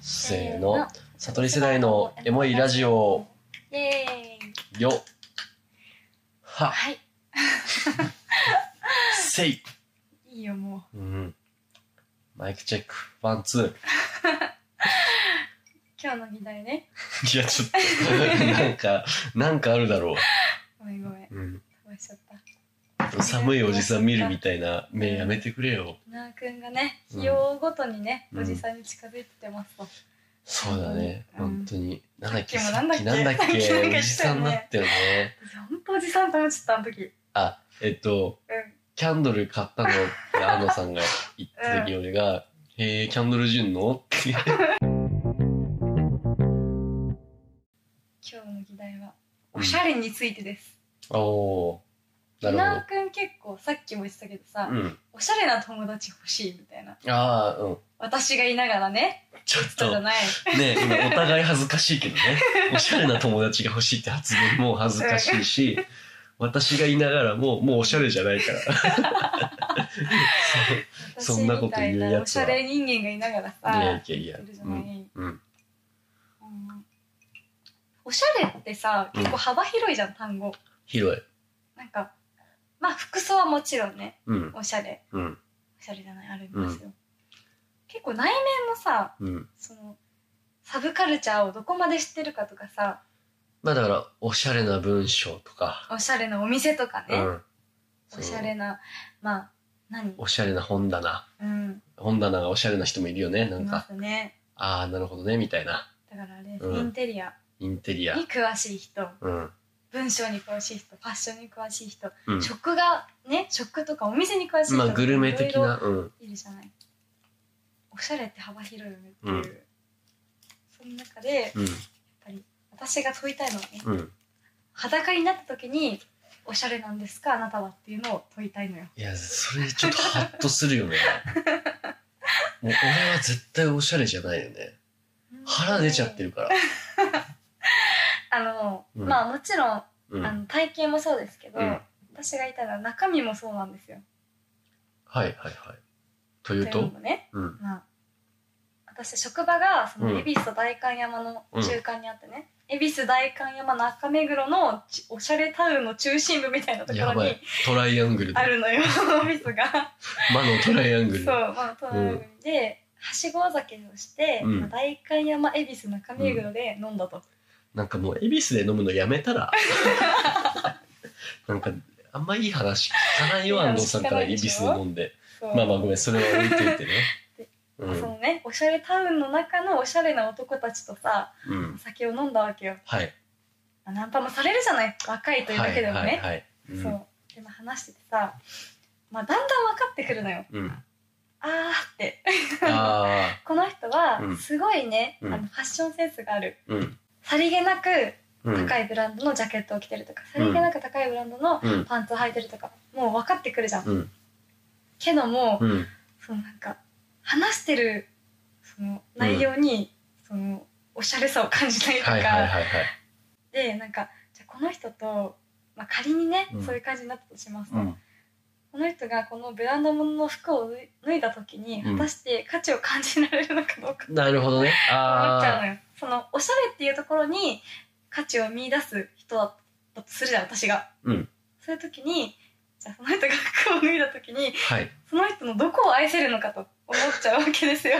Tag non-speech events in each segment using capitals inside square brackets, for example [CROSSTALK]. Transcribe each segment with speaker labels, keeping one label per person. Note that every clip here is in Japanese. Speaker 1: せーの悟り世代のエモいラジオ
Speaker 2: イエ
Speaker 1: よ
Speaker 2: ーイ
Speaker 1: は
Speaker 2: はい
Speaker 1: せい、
Speaker 2: いいよも
Speaker 1: うん、マイクチェックワンツ
Speaker 2: う今日の議題ね
Speaker 1: [LAUGHS] ーいやちょっと [LAUGHS] なんかなんかあるだろ
Speaker 2: ごめんごめ
Speaker 1: う、
Speaker 2: ん
Speaker 1: うん、
Speaker 2: 飛ばしちゃった
Speaker 1: 寒いおじさん見るみたいな目やめてくれよ
Speaker 2: なあくんがね
Speaker 1: うん
Speaker 2: 日をごとにね、
Speaker 1: うん
Speaker 2: おじさんに近づいてますと、
Speaker 1: そうだね、
Speaker 2: うん
Speaker 1: 本当になんだっけ
Speaker 2: さ
Speaker 1: さ
Speaker 2: っ
Speaker 1: っ
Speaker 2: き
Speaker 1: き
Speaker 2: もな
Speaker 1: なんん
Speaker 2: だ
Speaker 1: だ
Speaker 2: っ
Speaker 1: っ
Speaker 2: け
Speaker 1: け
Speaker 2: さっきなんか言ってた
Speaker 1: おじさ
Speaker 2: よね
Speaker 1: んだったよね
Speaker 2: ほんとおじさんと思っちゃったあの時
Speaker 1: あえっと
Speaker 2: うん
Speaker 1: キャンドル買ったのって安野さんが言った時俺が「へえキャンドル順の?」って言って
Speaker 2: 今日の議題はおしゃれについてです、
Speaker 1: おおー
Speaker 2: な
Speaker 1: な
Speaker 2: あ
Speaker 1: る
Speaker 2: くん結構さっきも言ってたけどさ、
Speaker 1: ほどうん
Speaker 2: おしゃれな友達欲しいみたいな
Speaker 1: ああうん
Speaker 2: 私がいながらね
Speaker 1: ちょっ
Speaker 2: そうじゃ
Speaker 1: と
Speaker 2: ない
Speaker 1: ね今お互い恥ずかしいけどねおしゃれな友達が欲しいって発言も恥ずかしいし私がいながらももうおしゃれじゃないからそんなこと言うやつは
Speaker 2: 私みたいなおしゃれ人間がいながら
Speaker 1: いや
Speaker 2: さ
Speaker 1: いやいや
Speaker 2: いるじゃ
Speaker 1: う
Speaker 2: ない、
Speaker 1: んうん
Speaker 2: うんおしゃれってさ結構幅広いじゃん、単語
Speaker 1: 広い
Speaker 2: なんかまあ服装はもちろんね
Speaker 1: うん
Speaker 2: おしゃれ
Speaker 1: うん
Speaker 2: おしゃれじゃないありますよ、結構内面もさ
Speaker 1: うん
Speaker 2: そのサブカルチャーをどこまで知ってるかとかさ
Speaker 1: まあだからおしゃれな文章とか
Speaker 2: おしゃれなお店とか
Speaker 1: う
Speaker 2: ね、
Speaker 1: ん
Speaker 2: おしゃれなまあ何
Speaker 1: おしゃれな本棚
Speaker 2: うん
Speaker 1: 本棚がおしゃれな人もいるよねないん
Speaker 2: ま
Speaker 1: か
Speaker 2: すね
Speaker 1: ああなるほどねみたいな
Speaker 2: だからあれです、
Speaker 1: うん
Speaker 2: インテリア
Speaker 1: インテリア
Speaker 2: に詳しい人
Speaker 1: うん
Speaker 2: 文章に詳しい人ファッションに詳しい人、
Speaker 1: うん
Speaker 2: 食がね食とかお店に詳しい人
Speaker 1: まあグルメ的
Speaker 2: いろいろ
Speaker 1: なうん
Speaker 2: いるじゃないおしゃれって幅広いよねっていう、
Speaker 1: うん
Speaker 2: その中でやっ
Speaker 1: うん
Speaker 2: ぱり私が問いたいのはね
Speaker 1: うん
Speaker 2: 裸になった時に「おしゃれなんですかあなたは」っていうのを問いたいのよ
Speaker 1: いや、それちょっとハッとする
Speaker 2: [LAUGHS]
Speaker 1: よね。もう俺は絶対おしゃれじゃないよね。腹出ちゃって
Speaker 2: る
Speaker 1: るから。
Speaker 2: あの、
Speaker 1: うん
Speaker 2: まあもちろん、
Speaker 1: うん。
Speaker 2: あ
Speaker 1: はい
Speaker 2: の体型もそうですけど、
Speaker 1: うん
Speaker 2: 私がいたら中身もそうなんですよ
Speaker 1: はいはい。という
Speaker 2: とい
Speaker 1: と
Speaker 2: うのもね、
Speaker 1: うん。
Speaker 2: まあ、私職場がその
Speaker 1: うん
Speaker 2: 恵比寿と代官山の中間にあってね、恵比寿代官山中目黒のちおしゃれタウンの中心部みたいなとこ
Speaker 1: や
Speaker 2: ろ
Speaker 1: ば
Speaker 2: に
Speaker 1: い。トライアングル
Speaker 2: あ
Speaker 1: だ。
Speaker 2: るのよ [LAUGHS] オフィスが
Speaker 1: 魔のトライアング
Speaker 2: そう
Speaker 1: ル。
Speaker 2: まあ隣組で、はしごお酒をして、
Speaker 1: うん
Speaker 2: まあ代官山恵比寿中目黒で飲んだと、
Speaker 1: なんかもう、恵比寿で飲むのやめたら。
Speaker 2: [LAUGHS]
Speaker 1: なんか、あんまいい話聞かないよ、
Speaker 2: いい
Speaker 1: 安
Speaker 2: 話
Speaker 1: 藤さんから恵比寿で飲んで。
Speaker 2: そう
Speaker 1: まあまあごめん、それは置いといてね。う
Speaker 2: [LAUGHS] そ
Speaker 1: ん。
Speaker 2: のねおしゃれタウンの中のおしゃれな男たちとさ
Speaker 1: うん。
Speaker 2: 酒を飲んだわけよ
Speaker 1: はい。
Speaker 2: まあナンパもされるじゃない若いという
Speaker 1: は
Speaker 2: だけ
Speaker 1: い
Speaker 2: でもね、
Speaker 1: はいはい。う
Speaker 2: そ
Speaker 1: ん。
Speaker 2: うでも話しててさ、まあ、だんだん分かってくるのよ
Speaker 1: うん。
Speaker 2: あーって
Speaker 1: ああ。
Speaker 2: この人は
Speaker 1: うん
Speaker 2: すごいね、
Speaker 1: うん
Speaker 2: あのファッションセンスがある
Speaker 1: うん。
Speaker 2: さりげなく
Speaker 1: うん。
Speaker 2: 高いブランドのジャケットを着てるとか、
Speaker 1: うん
Speaker 2: さりげなく高いブランドの
Speaker 1: うん。
Speaker 2: パンツを履いてるとかもう分かってくるじゃん、
Speaker 1: うん。
Speaker 2: けども、
Speaker 1: うん。
Speaker 2: そのなんか話してるその内容に、そのおしゃれさを感じたりとか、
Speaker 1: はいはいはいはい。
Speaker 2: でなんかじゃあこの人と、まあ、仮にね、
Speaker 1: うん
Speaker 2: そういう感じになったとしますと、
Speaker 1: うん。
Speaker 2: この人がこのブランド物のの服を脱いだ時に
Speaker 1: うん
Speaker 2: 果たして価値を感じられるのかどうか
Speaker 1: なるほどね。
Speaker 2: 思っちゃう
Speaker 1: あ
Speaker 2: のよ。そのおしゃれっていうところに価値を見出す人だとするじゃん私が。
Speaker 1: うん
Speaker 2: そういう時にじゃあその人が服を脱いだ時に
Speaker 1: あ、はい。
Speaker 2: その人のどこを愛せるのかと思っちゃうわけ
Speaker 1: [LAUGHS]
Speaker 2: ですよ。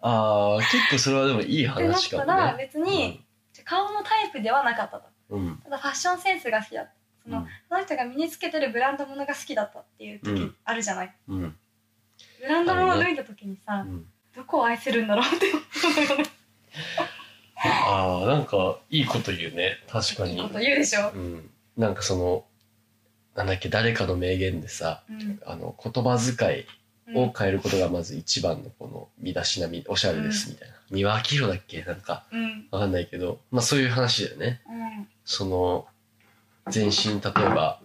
Speaker 1: ああ、結構それはでもいい
Speaker 2: ってなっ
Speaker 1: 話
Speaker 2: た
Speaker 1: からもね。
Speaker 2: 別に、じゃあ顔のタイプではなかったと。
Speaker 1: うん、うん、
Speaker 2: ただファッションセンスが好きだった。その,、その人が身につけてるブランド物が好きだったっていう
Speaker 1: う
Speaker 2: 時
Speaker 1: ん
Speaker 2: あるじゃない。
Speaker 1: うん、うん、
Speaker 2: ブランド物を脱いだ時にさ、どこを愛せるんだろうって思うよね
Speaker 1: ああ、なんかいいこと言うね。確か
Speaker 2: いいこ
Speaker 1: に。
Speaker 2: と言うでしょ、
Speaker 1: うん、なんかその、なんだっけ、誰かの名言でさ、
Speaker 2: うん
Speaker 1: あの言葉遣い
Speaker 2: うん
Speaker 1: を変えることがまず一番のこの身だしなみ、おしゃれですみたいな。三輪明宏だっけ、なんか
Speaker 2: うん
Speaker 1: わかんないけど、まあそういう話だよね。
Speaker 2: うん
Speaker 1: その全身例えば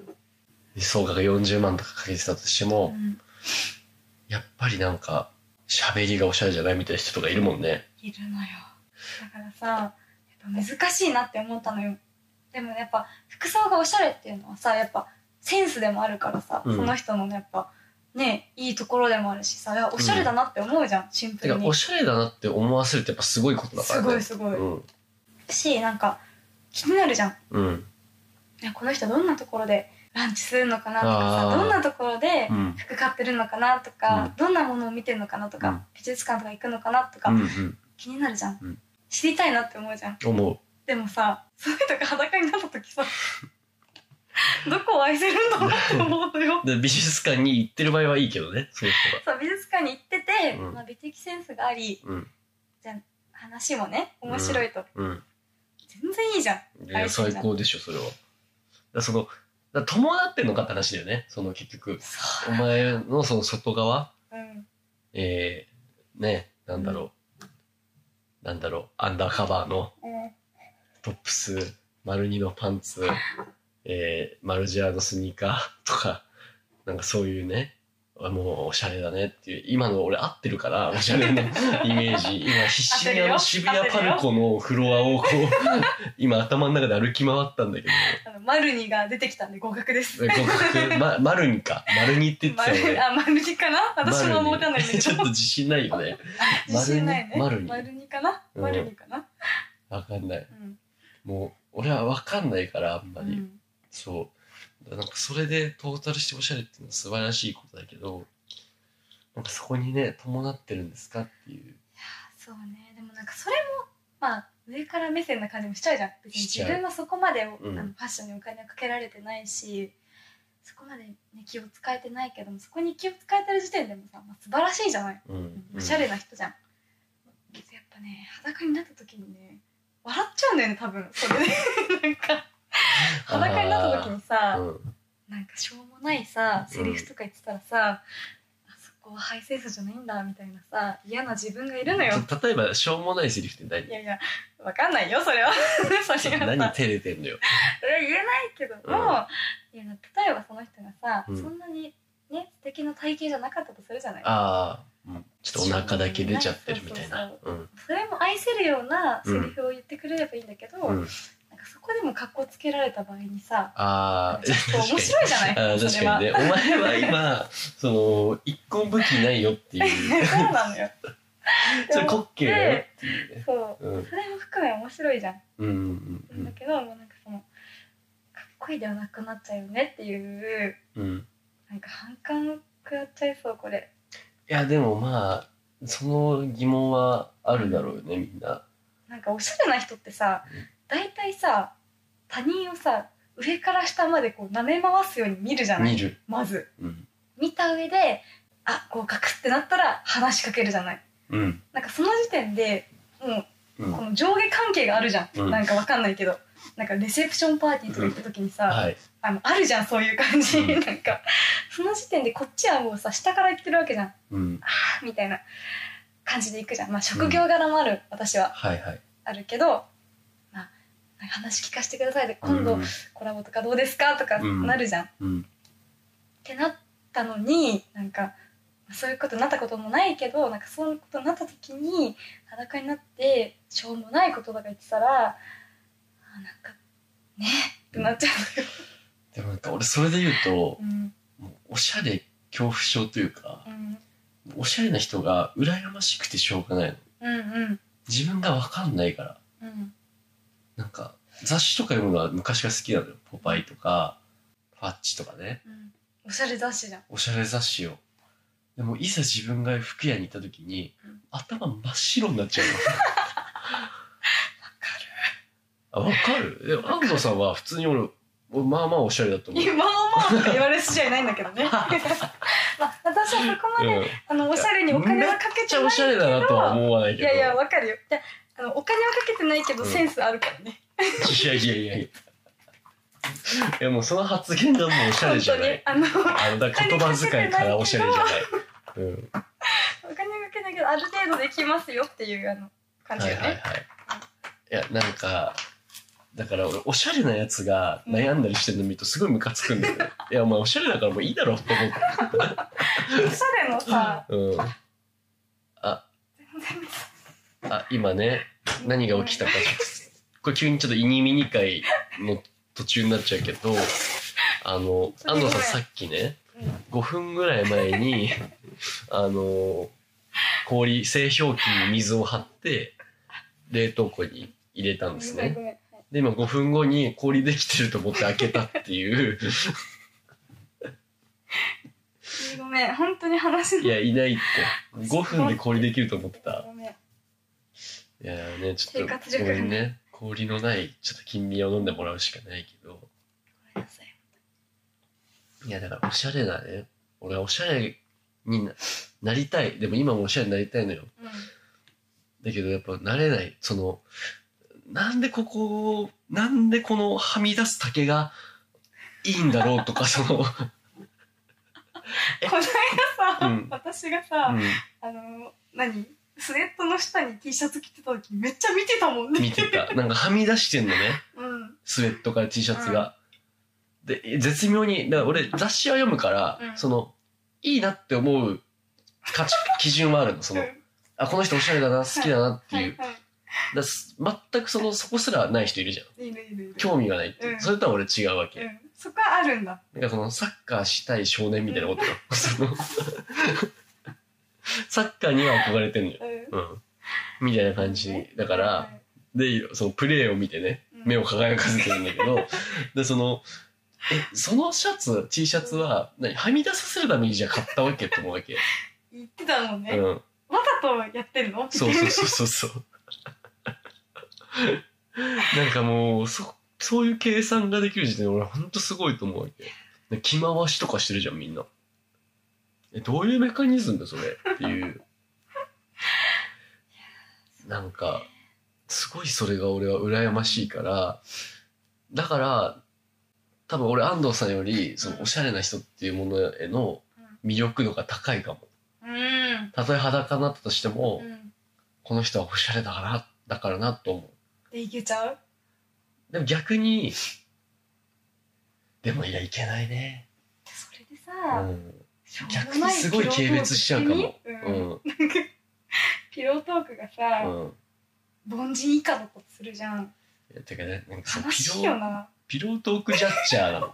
Speaker 1: 総額40万とかかけてたとしても。
Speaker 2: うん
Speaker 1: やっぱりなんか、喋りがおしゃれじゃないみたいな人とかいるもんね。
Speaker 2: いるのよだからさやっぱ難しいなって思ったのよでもやっぱ服装がおしゃれっていうのはさやっぱセンスでもあるからさ、
Speaker 1: うん
Speaker 2: その人のねやっぱねいいところでもあるしさいやおしゃれだなって思うじゃん、シンプ
Speaker 1: て
Speaker 2: ル
Speaker 1: か
Speaker 2: に
Speaker 1: おしゃれだなって思わせるってやっぱすごいことだか
Speaker 2: す
Speaker 1: ら
Speaker 2: ごい
Speaker 1: ね
Speaker 2: すごい、
Speaker 1: うん
Speaker 2: しなんか気になるじゃん
Speaker 1: うん
Speaker 2: いやこの人どんなところでランチするのかなとか
Speaker 1: あー
Speaker 2: さどんなところで
Speaker 1: うん
Speaker 2: 服買ってるのかなとか、
Speaker 1: うん
Speaker 2: どんなものを見てるのかなとか、
Speaker 1: うん
Speaker 2: 美術館とか行くのかなとか、
Speaker 1: うんうん
Speaker 2: 気になるじゃん、
Speaker 1: うん
Speaker 2: 知りたいなって思うじゃん
Speaker 1: 思う
Speaker 2: でもさそういう人が裸になった時さ [LAUGHS] どこを愛せるんだろうって思うのよ
Speaker 1: で美術館に行ってる場合はいいけどねそういう人が
Speaker 2: さ美術館に行ってて、
Speaker 1: うん
Speaker 2: まあ、美的センスがあり
Speaker 1: うん
Speaker 2: 話もね面白いと、
Speaker 1: うん
Speaker 2: 全然いいじゃん
Speaker 1: いや最高でしょそれはだからそのだから伴ってんのかって話だよねその結局
Speaker 2: そ
Speaker 1: お前のその外側
Speaker 2: う、うん、
Speaker 1: えー、ねなんだろうなんだろうアンダーカバーの
Speaker 2: うん
Speaker 1: トップス丸二のパンツ、えー、マルジェラのスニーカーと [LAUGHS] かなんかそういうねあもうおしゃれだねっていう今の俺合ってるからおしゃれ
Speaker 2: [LAUGHS]
Speaker 1: のイメージ今必死にあの
Speaker 2: 合ってる
Speaker 1: 渋
Speaker 2: よ
Speaker 1: 谷パルコのフロア
Speaker 2: [LAUGHS]
Speaker 1: をこう今頭の中で歩き回ったんだけど
Speaker 2: あのマルニが出てきたんで合格です
Speaker 1: 合格、ま、丸二か丸二って言って
Speaker 2: マ
Speaker 1: たよ
Speaker 2: ル
Speaker 1: 俺
Speaker 2: あマルニかな私も分かんないんだ
Speaker 1: 丸二 [LAUGHS] ち
Speaker 2: け
Speaker 1: ょっと
Speaker 2: ど
Speaker 1: 自信ないよね
Speaker 2: [LAUGHS] 自信ないね
Speaker 1: 丸に
Speaker 2: マルニかな
Speaker 1: うん
Speaker 2: マルニかな
Speaker 1: わかんない
Speaker 2: うん
Speaker 1: もう俺はわかんないからあんまり、
Speaker 2: うん
Speaker 1: そう。だなんかそれでトータルしておしゃれっていうのは素晴らしいことだけど、なんかそこにね、伴ってるんですかっていう。
Speaker 2: そうねでもなんかそれもまあ上から目線な感じもしちゃうじゃん別に
Speaker 1: しちゃ
Speaker 2: 自
Speaker 1: う
Speaker 2: 分はそこまで、
Speaker 1: うん
Speaker 2: あのファッションにお金はかけられてないしそこまで、ね、気を使えてないけどもそこに気を使えてる時点でもさ、まあ、素晴らしいじゃない
Speaker 1: うん。
Speaker 2: おしゃれな人じゃん、やっぱね裸になった時にね笑っちゃうんだよね多分それね [LAUGHS] なんか裸になった時にさ、
Speaker 1: うん。うん
Speaker 2: なんかしょうもないさセリフとか言ってたらさ、あそこはハイセンスじゃないんだみたいなさ嫌な自分がいるのよ
Speaker 1: 例えば、しょうもないセリフって何
Speaker 2: いやいやわかんないよ
Speaker 1: [LAUGHS]
Speaker 2: それはそれはさ
Speaker 1: 何照れてんのよ。
Speaker 2: それは言えないけども、
Speaker 1: うん
Speaker 2: いや例えばその人がさ、
Speaker 1: うん
Speaker 2: そんなにね素敵な体型じゃなかったとするじゃない
Speaker 1: ああ、うんちょっとお腹だけ出ちゃってるみたいな。うん。
Speaker 2: それも愛せるようなセリフを言ってくれればいいんだけど、
Speaker 1: うん。
Speaker 2: なんかそこでも格好つけられた場合にさ
Speaker 1: ああ、
Speaker 2: ちょっと面白いじゃな
Speaker 1: [LAUGHS]
Speaker 2: い
Speaker 1: あー確かにね。お前は今、その、一個も武器ないよってい
Speaker 2: それ [LAUGHS]
Speaker 1: う。
Speaker 2: はそうなの
Speaker 1: [LAUGHS]
Speaker 2: よ
Speaker 1: それ滑稽だよっていうね。
Speaker 2: そう
Speaker 1: うん。
Speaker 2: それも含め面白いじゃん
Speaker 1: うんうんう
Speaker 2: だ
Speaker 1: ん
Speaker 2: けど、もうなんかそのかっこいいではなくなっちゃうよねっていう
Speaker 1: うん。うん。
Speaker 2: なんか反感食らっちゃいそうこれ
Speaker 1: いやでもまあその疑問はあるだろうよねみんな。
Speaker 2: なんかおしゃれな人ってさ
Speaker 1: うん
Speaker 2: 大体さ他人をさ上から下までこう舐め回すように見るじゃな
Speaker 1: 見
Speaker 2: い
Speaker 1: る。
Speaker 2: まず
Speaker 1: うん。
Speaker 2: 見た上であ合格ってなったら話しかけるじゃない
Speaker 1: うん。
Speaker 2: なんかその時点でもう
Speaker 1: うん
Speaker 2: こ。の上下関係があるじゃん、
Speaker 1: うん
Speaker 2: なんかわかんないけどなんかレセプションパーティーとか行った時にさ、
Speaker 1: はい。
Speaker 2: あのあるじゃんそういう感じ、
Speaker 1: うん
Speaker 2: なんかその時点でこっちはもうさ下から行ってるわけじゃんあ
Speaker 1: うん。
Speaker 2: ーみたいな感じで行くじゃんまあ職業柄もある、私は
Speaker 1: はいはい。
Speaker 2: あるけど、まあ、話聞かせてくださいで今度
Speaker 1: うん
Speaker 2: コラボとかどうですかとか
Speaker 1: うん
Speaker 2: なるじゃん、っ
Speaker 1: うん。
Speaker 2: てなったのになんかそういうことになったこともないけどなんかそういうことになった時に裸になってしょうもないこととか言ってたらあーなんかねってなっちゃうのよ。
Speaker 1: でもなんか俺それで言うと
Speaker 2: うん
Speaker 1: もうおしゃれ恐怖症というか
Speaker 2: うん
Speaker 1: おしゃれな人が羨ましくてしょうがないの。
Speaker 2: うんうん
Speaker 1: 自分がわかんないから
Speaker 2: うん
Speaker 1: なんか雑誌とか読むのは昔が好きなのよ。ポパイとかファッチとかね
Speaker 2: うんおしゃれ雑誌じゃん。
Speaker 1: おしゃれ雑誌を。でもいざ自分が服屋に行った時に
Speaker 2: うん
Speaker 1: 頭真っ白になっちゃうの。あ、わかるえ、安藤さんは普通に俺、まあまあおしゃれだと思う。
Speaker 2: 今はまあとか言われる筋合いないんだけど [LAUGHS] ね。まあ私はそこまで、
Speaker 1: うん、めっ
Speaker 2: あのおしゃれにお金はかけ
Speaker 1: ち
Speaker 2: て
Speaker 1: ゃ
Speaker 2: な
Speaker 1: お
Speaker 2: い。
Speaker 1: しゃれだなとは思わない
Speaker 2: い
Speaker 1: けど。
Speaker 2: やいやわかるよ。いやあのお金はかけてないけど
Speaker 1: うん
Speaker 2: センスあるからね。
Speaker 1: いやいやいやいや。いやもうその発言がもうおしゃれ
Speaker 2: 本
Speaker 1: じゃ
Speaker 2: 当
Speaker 1: な
Speaker 2: に
Speaker 1: い。
Speaker 2: あの
Speaker 1: あの、だから言葉遣いからおしゃれじゃない。うん。
Speaker 2: お金はかけないけどある程度できますよっていうあの感じ
Speaker 1: はい
Speaker 2: よ
Speaker 1: はいはい
Speaker 2: ね。。
Speaker 1: いや、なんか、だから俺、おしゃれなやつが悩んだりしてるの見るとすごいムカつくんだよ
Speaker 2: [LAUGHS]
Speaker 1: ね。いや、お前おしゃれだからもういいだろって思って。
Speaker 2: おしゃれのさ
Speaker 1: うん。あ、今ね、何が起きたか。これ急にちょっとイニミニ会の途中になっちゃうけど、あの、安藤さんさっきね、
Speaker 2: うん
Speaker 1: 5分ぐらい前にあの氷製氷機に水を張って冷凍庫に入れたんです
Speaker 2: ごめん
Speaker 1: ね
Speaker 2: ごめんはい
Speaker 1: で今5分後に氷できてると思って開けたっていう
Speaker 2: [LAUGHS] ごめん本当に話の
Speaker 1: いやいないって5分で氷できると思ってた
Speaker 2: ごめん
Speaker 1: いやーねちょっ
Speaker 2: 生活
Speaker 1: と
Speaker 2: 塾
Speaker 1: ご
Speaker 2: がね
Speaker 1: めんね氷のないちょっと金瓶を飲んでもらうしかないけど
Speaker 2: ごめんなさい
Speaker 1: いやだからおしゃれだね俺はおしゃれにななりたいでも今もおしゃれになりたいのよ
Speaker 2: うん
Speaker 1: だけどやっぱ慣れない。その、なんでここを、なんでこのはみ出す竹がいいんだろうと
Speaker 2: [LAUGHS]
Speaker 1: か、その、え
Speaker 2: この間さ、
Speaker 1: うん
Speaker 2: 私がさ、
Speaker 1: う
Speaker 2: あの何スウェットの下に T シャツ着てた時めっちゃ見てたもん
Speaker 1: ん、
Speaker 2: ね
Speaker 1: 見てた。なんかはみ出してんのね、
Speaker 2: うんうん
Speaker 1: スウェットから T シャツが。で、絶妙に、だから俺雑誌は読むから、
Speaker 2: うん
Speaker 1: その、いいなって思う価値、基準はあるの。その、あ、この人おしゃれだな、好きだなって。
Speaker 2: はいいうは
Speaker 1: だす全くその、そこすらない人いるじゃん。
Speaker 2: いいるいるいる
Speaker 1: 興味がないっていう
Speaker 2: うん
Speaker 1: それとは俺違うわけ。
Speaker 2: うん、そこはあるんだ
Speaker 1: なんかそのサッカーしたい少年みたいなことよ。そのサッカーには憧れてんのよ。
Speaker 2: う
Speaker 1: う
Speaker 2: ん
Speaker 1: ん。みたいな感じ。だから、、で、そのプレーを見てね、
Speaker 2: うん
Speaker 1: 目を輝かせてるんだけど、で、その、え、そのシャツ、T シャツは、何、はみ出させるためにじゃあ買ったわけって思うわけ。
Speaker 2: 言ってたもんね、
Speaker 1: うん。
Speaker 2: わざとやってんの
Speaker 1: そうそうそうそうそう。なんかもう、そ、そういう計算ができる時点で俺ほんとすごいと思うわけ。で着回しとかしてるじゃん、みんな。え、どういうメカニズムだ、それっていう。なんか、すごいそれが俺は羨ましいから、だから、多分俺安藤さんより、そのおしゃれな人っていうものへの魅力度が高いかも。
Speaker 2: うんうん、
Speaker 1: たとえ裸になったとしても、
Speaker 2: うん、
Speaker 1: この人はおしゃれだから、だからなと思
Speaker 2: でいけちゃう
Speaker 1: う。でも逆に、でもいや、いけないね。
Speaker 2: それで
Speaker 1: う
Speaker 2: さ、
Speaker 1: ん。
Speaker 2: しょう
Speaker 1: 逆
Speaker 2: も
Speaker 1: に
Speaker 2: な
Speaker 1: すごい軽蔑しちゃうかも。
Speaker 2: ピロートーク
Speaker 1: う
Speaker 2: 的に
Speaker 1: ん。
Speaker 2: ピロートークがさ、
Speaker 1: うん。
Speaker 2: 凡人以下のことするじゃん
Speaker 1: いやてかね、なんかその
Speaker 2: 悲
Speaker 1: ピ
Speaker 2: しい
Speaker 1: ロ
Speaker 2: よ
Speaker 1: ー、
Speaker 2: な
Speaker 1: ピロートークジャッジャーなの。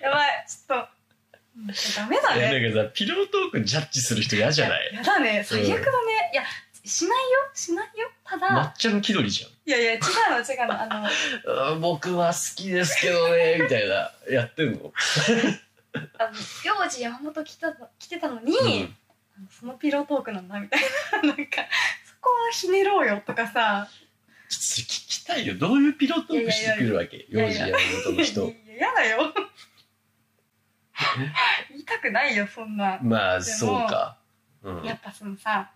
Speaker 2: やばいちょっとうんダメだ
Speaker 1: い
Speaker 2: ね
Speaker 1: や、だけどさ、ピロートークジャッジする人嫌じゃない
Speaker 2: やだね最悪だね、いやしないよしないよただ、
Speaker 1: 抹茶の気取りじゃん
Speaker 2: いやいや違うの違うのあ
Speaker 1: う
Speaker 2: の。
Speaker 1: ん僕は好きですけど [LAUGHS] ね、みたいな。やってんの
Speaker 2: あの幼児山本来たの来てたのに、
Speaker 1: うん
Speaker 2: あのそのピロートークなんだみたいななんかそこはひねろうよとかさ
Speaker 1: ちょっとそれ聞きたいよ。どういうピロートークしてくるわけ幼
Speaker 2: やいやい
Speaker 1: 児
Speaker 2: や
Speaker 1: 山本の人。
Speaker 2: いやいやだよ言いたくないよそんな
Speaker 1: まあ、そうか。うん。
Speaker 2: やっぱそのさ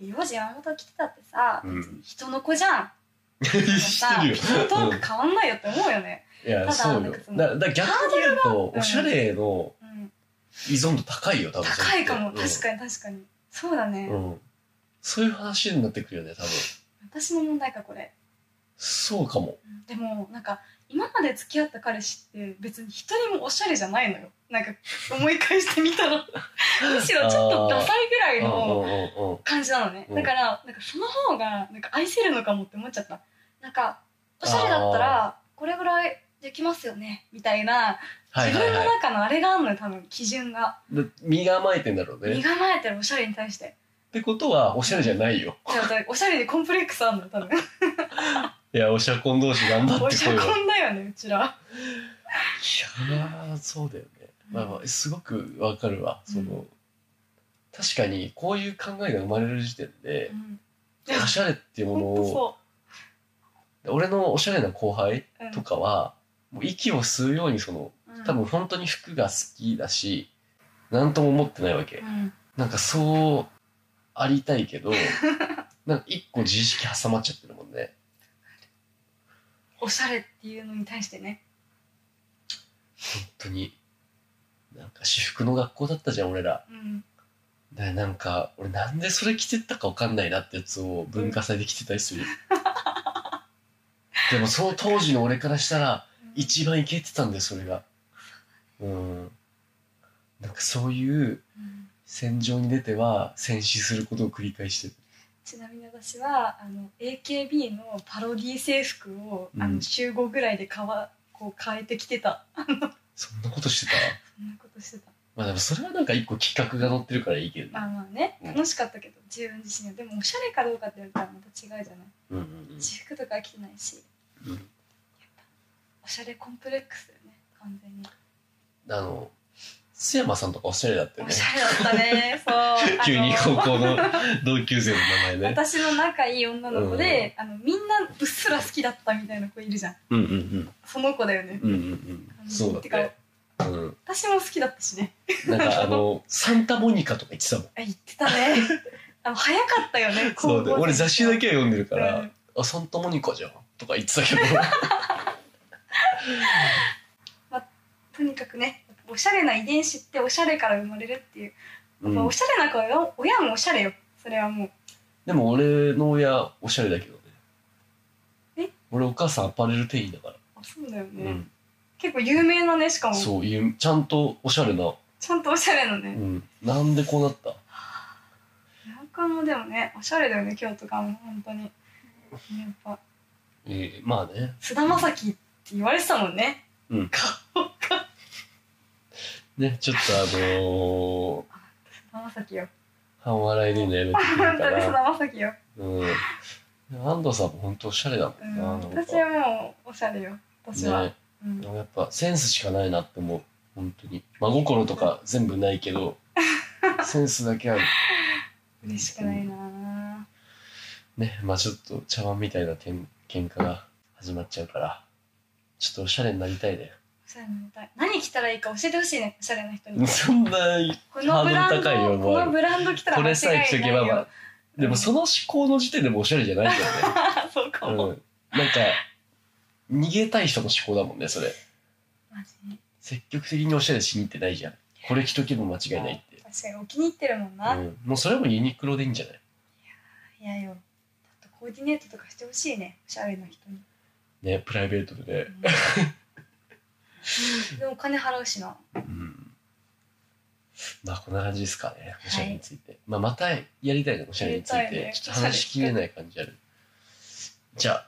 Speaker 2: 幼児山本来てたってさ、
Speaker 1: うん
Speaker 2: 人の子じゃん
Speaker 1: [LAUGHS] 知ってるよ。
Speaker 2: ピロート
Speaker 1: う
Speaker 2: ー
Speaker 1: ん
Speaker 2: ク変わんないよって思うよね、
Speaker 1: いや、
Speaker 2: ただ
Speaker 1: そう
Speaker 2: な
Speaker 1: よ
Speaker 2: んかそ。の
Speaker 1: だ、だ逆に言うと、
Speaker 2: うん
Speaker 1: おしゃれの
Speaker 2: うん、
Speaker 1: 依存度高いよ、多分。
Speaker 2: 高いかも
Speaker 1: それって
Speaker 2: 確かに確かにそうだね、
Speaker 1: うん。うんそういう話になってくるよね、多分。
Speaker 2: 私の問題かこれ
Speaker 1: そうかも。
Speaker 2: でもなんか今まで付き合った彼氏って別に一人もおしゃれじゃないのよなんか思い返してみ
Speaker 1: [LAUGHS]
Speaker 2: たらむしろちょっとダサいぐら
Speaker 1: う
Speaker 2: い
Speaker 1: んうん
Speaker 2: の
Speaker 1: うんうん。
Speaker 2: 感じなのね
Speaker 1: うん
Speaker 2: だからなんかその方がなんか愛せるのかもって思っちゃったなんかおしゃれだったらこれぐらいできますよねみたいな
Speaker 1: はい
Speaker 2: 自
Speaker 1: はい
Speaker 2: 分の
Speaker 1: はい
Speaker 2: 中のあれがあるのよ多分基準が
Speaker 1: で。身構えてんだろう
Speaker 2: 身
Speaker 1: ね。
Speaker 2: 構えてるおしゃれに対して
Speaker 1: ってことは、おしゃれじゃないよ。
Speaker 2: だからおしゃれにコンプレックスあるのよ
Speaker 1: [LAUGHS]
Speaker 2: 多分
Speaker 1: いや、おしゃこん同士頑張
Speaker 2: お
Speaker 1: って
Speaker 2: し
Speaker 1: こ
Speaker 2: ゃ
Speaker 1: いよ。
Speaker 2: こんだよねうちら
Speaker 1: いやー、そうだよね。まあまあ、すごくわかるわ。そうの、確かに、こういう考えが生まれる時点で
Speaker 2: う、ん
Speaker 1: おしゃれっていうも
Speaker 2: ほ
Speaker 1: の
Speaker 2: [LAUGHS] ん
Speaker 1: を、
Speaker 2: と
Speaker 1: 俺のおしゃれな後輩
Speaker 2: そううん
Speaker 1: とかは、もう息を吸うようにその
Speaker 2: うん
Speaker 1: 多分本当に服が好きだし何とも思ってないわけ
Speaker 2: うん
Speaker 1: なんかそうありたい
Speaker 2: [LAUGHS]
Speaker 1: けどなんか一個自意識挟まっちゃってるもんね
Speaker 2: おしゃれっていうのに対してね
Speaker 1: 本当になんか私服の学校だったじゃん俺ら
Speaker 2: うん
Speaker 1: だからなんか俺なんでそれ着てったか分かんないなってやつを文化祭で着てたり
Speaker 2: [LAUGHS]
Speaker 1: する、でもその当時の俺からしたら一番いけてたんだよそれがうんなんかそういう
Speaker 2: うん
Speaker 1: 戦場に出ては戦死することを繰り返してる
Speaker 2: ちなみに私はあの AKB のパロディ制服を、あ
Speaker 1: うん
Speaker 2: の週5ぐらいでかわこう変えてきてた
Speaker 1: そんなことしてた
Speaker 2: そんなことしてた
Speaker 1: まあでもそれはなんか一個企画が載ってるからいいけどね
Speaker 2: まあまあね
Speaker 1: うん
Speaker 2: 楽しかったけど自分自身はでもおしゃれかどうかって言われたらまた違うじゃない
Speaker 1: うんうん
Speaker 2: 私服とか着てないし
Speaker 1: うんうん
Speaker 2: おしゃれコンプレックスだよね完全に
Speaker 1: あの須山さんとかおしゃれだったよ
Speaker 2: お
Speaker 1: ね
Speaker 2: しゃれだった
Speaker 1: [LAUGHS]
Speaker 2: ねそう
Speaker 1: 急に
Speaker 2: あ
Speaker 1: 高
Speaker 2: の
Speaker 1: 校の同級生の名 [LAUGHS] 前ね
Speaker 2: 私の仲いい女の子で、あのみんなうっすら好きだったみたいな子いるじゃん
Speaker 1: うんうん
Speaker 2: その子だよね
Speaker 1: うんうんうんうんそうだってうん
Speaker 2: 私も好きだったしね
Speaker 1: なんかあのサンタモニカとか言ってたもん
Speaker 2: あ言ってた
Speaker 1: [LAUGHS]
Speaker 2: ねあの早かったよね
Speaker 1: そうだね俺雑誌だけは読んでるか
Speaker 2: から、
Speaker 1: ら、
Speaker 2: うん
Speaker 1: あサンタモニカじゃんとか言ってたけど
Speaker 2: とにかくねおしゃれな遺伝子っておしゃれから生まれるっていう、
Speaker 1: [LAUGHS] うん
Speaker 2: まあ、おしゃれな子は親もおしゃれよそれはもう
Speaker 1: でも俺の親おしゃれだけどね
Speaker 2: え
Speaker 1: 俺お母さんアパレル店員だから、
Speaker 2: あそうだよね、結構有名なねしか
Speaker 1: うん、
Speaker 2: も
Speaker 1: そういうちゃんとおしゃれな、
Speaker 2: ちゃんとおしゃれな
Speaker 1: う
Speaker 2: ね
Speaker 1: ん、なんでこうなった
Speaker 2: なんかもでもねおしゃれだよね京都がもう本当にねやっぱ
Speaker 1: えー、まあね
Speaker 2: 菅田将暉って言われてたもんね
Speaker 1: うん
Speaker 2: 顔が
Speaker 1: ねちょっとあのー、
Speaker 2: 菅田将暉よ
Speaker 1: 半笑いでねやめてく
Speaker 2: 本
Speaker 1: るか
Speaker 2: 当に [LAUGHS]
Speaker 1: ら、
Speaker 2: 菅田将暉よ、
Speaker 1: うん、安藤さんも本当おしゃれだも
Speaker 2: うんん、
Speaker 1: な,、なんか
Speaker 2: 私はもうおしゃれよ私は、
Speaker 1: ね
Speaker 2: うん
Speaker 1: でもやっぱセンスしかないなって思う本当に真心とか全部ないけ
Speaker 2: [LAUGHS]
Speaker 1: どセンスだけある
Speaker 2: 嬉しくないなあ
Speaker 1: ねまあちょっと茶碗みたいなけん喧嘩が始まっちゃうからちょっとおしゃれになりたいね
Speaker 2: おしゃれになりたい何着たらいいか教えてほしいねおしゃれな人に
Speaker 1: そんな
Speaker 2: このブラン
Speaker 1: ハードル高いよ
Speaker 2: ド
Speaker 1: もう
Speaker 2: このブランド着たら
Speaker 1: こ
Speaker 2: 間
Speaker 1: れさえ着と
Speaker 2: 違いな
Speaker 1: け
Speaker 2: い
Speaker 1: ば、 [LAUGHS] ま
Speaker 2: よ
Speaker 1: あ、でもその思考の時点でもうおしゃれじゃないからね
Speaker 2: [LAUGHS] そうか
Speaker 1: うん
Speaker 2: も、
Speaker 1: なんか逃げたい人の思考だもんねそれ
Speaker 2: マジ
Speaker 1: 積極的におしゃれしに行ってないじゃんこれ着とけば間違いないって、
Speaker 2: 確かにお気に入ってるもんな、
Speaker 1: うん、もうそれもユニクロでいいんじゃない
Speaker 2: いやよだってコーディネートとかしてほしいねおしゃれな人
Speaker 1: [LAUGHS]
Speaker 2: に、
Speaker 1: ねプライベートでね
Speaker 2: うんでもお金払うしな
Speaker 1: うんまあこんな感じですかね、おしゃれについて。まあまたやりたいね、おしゃれについ
Speaker 2: やりたい
Speaker 1: て
Speaker 2: ね。
Speaker 1: ちょっと話しきれない感じある。じゃあ、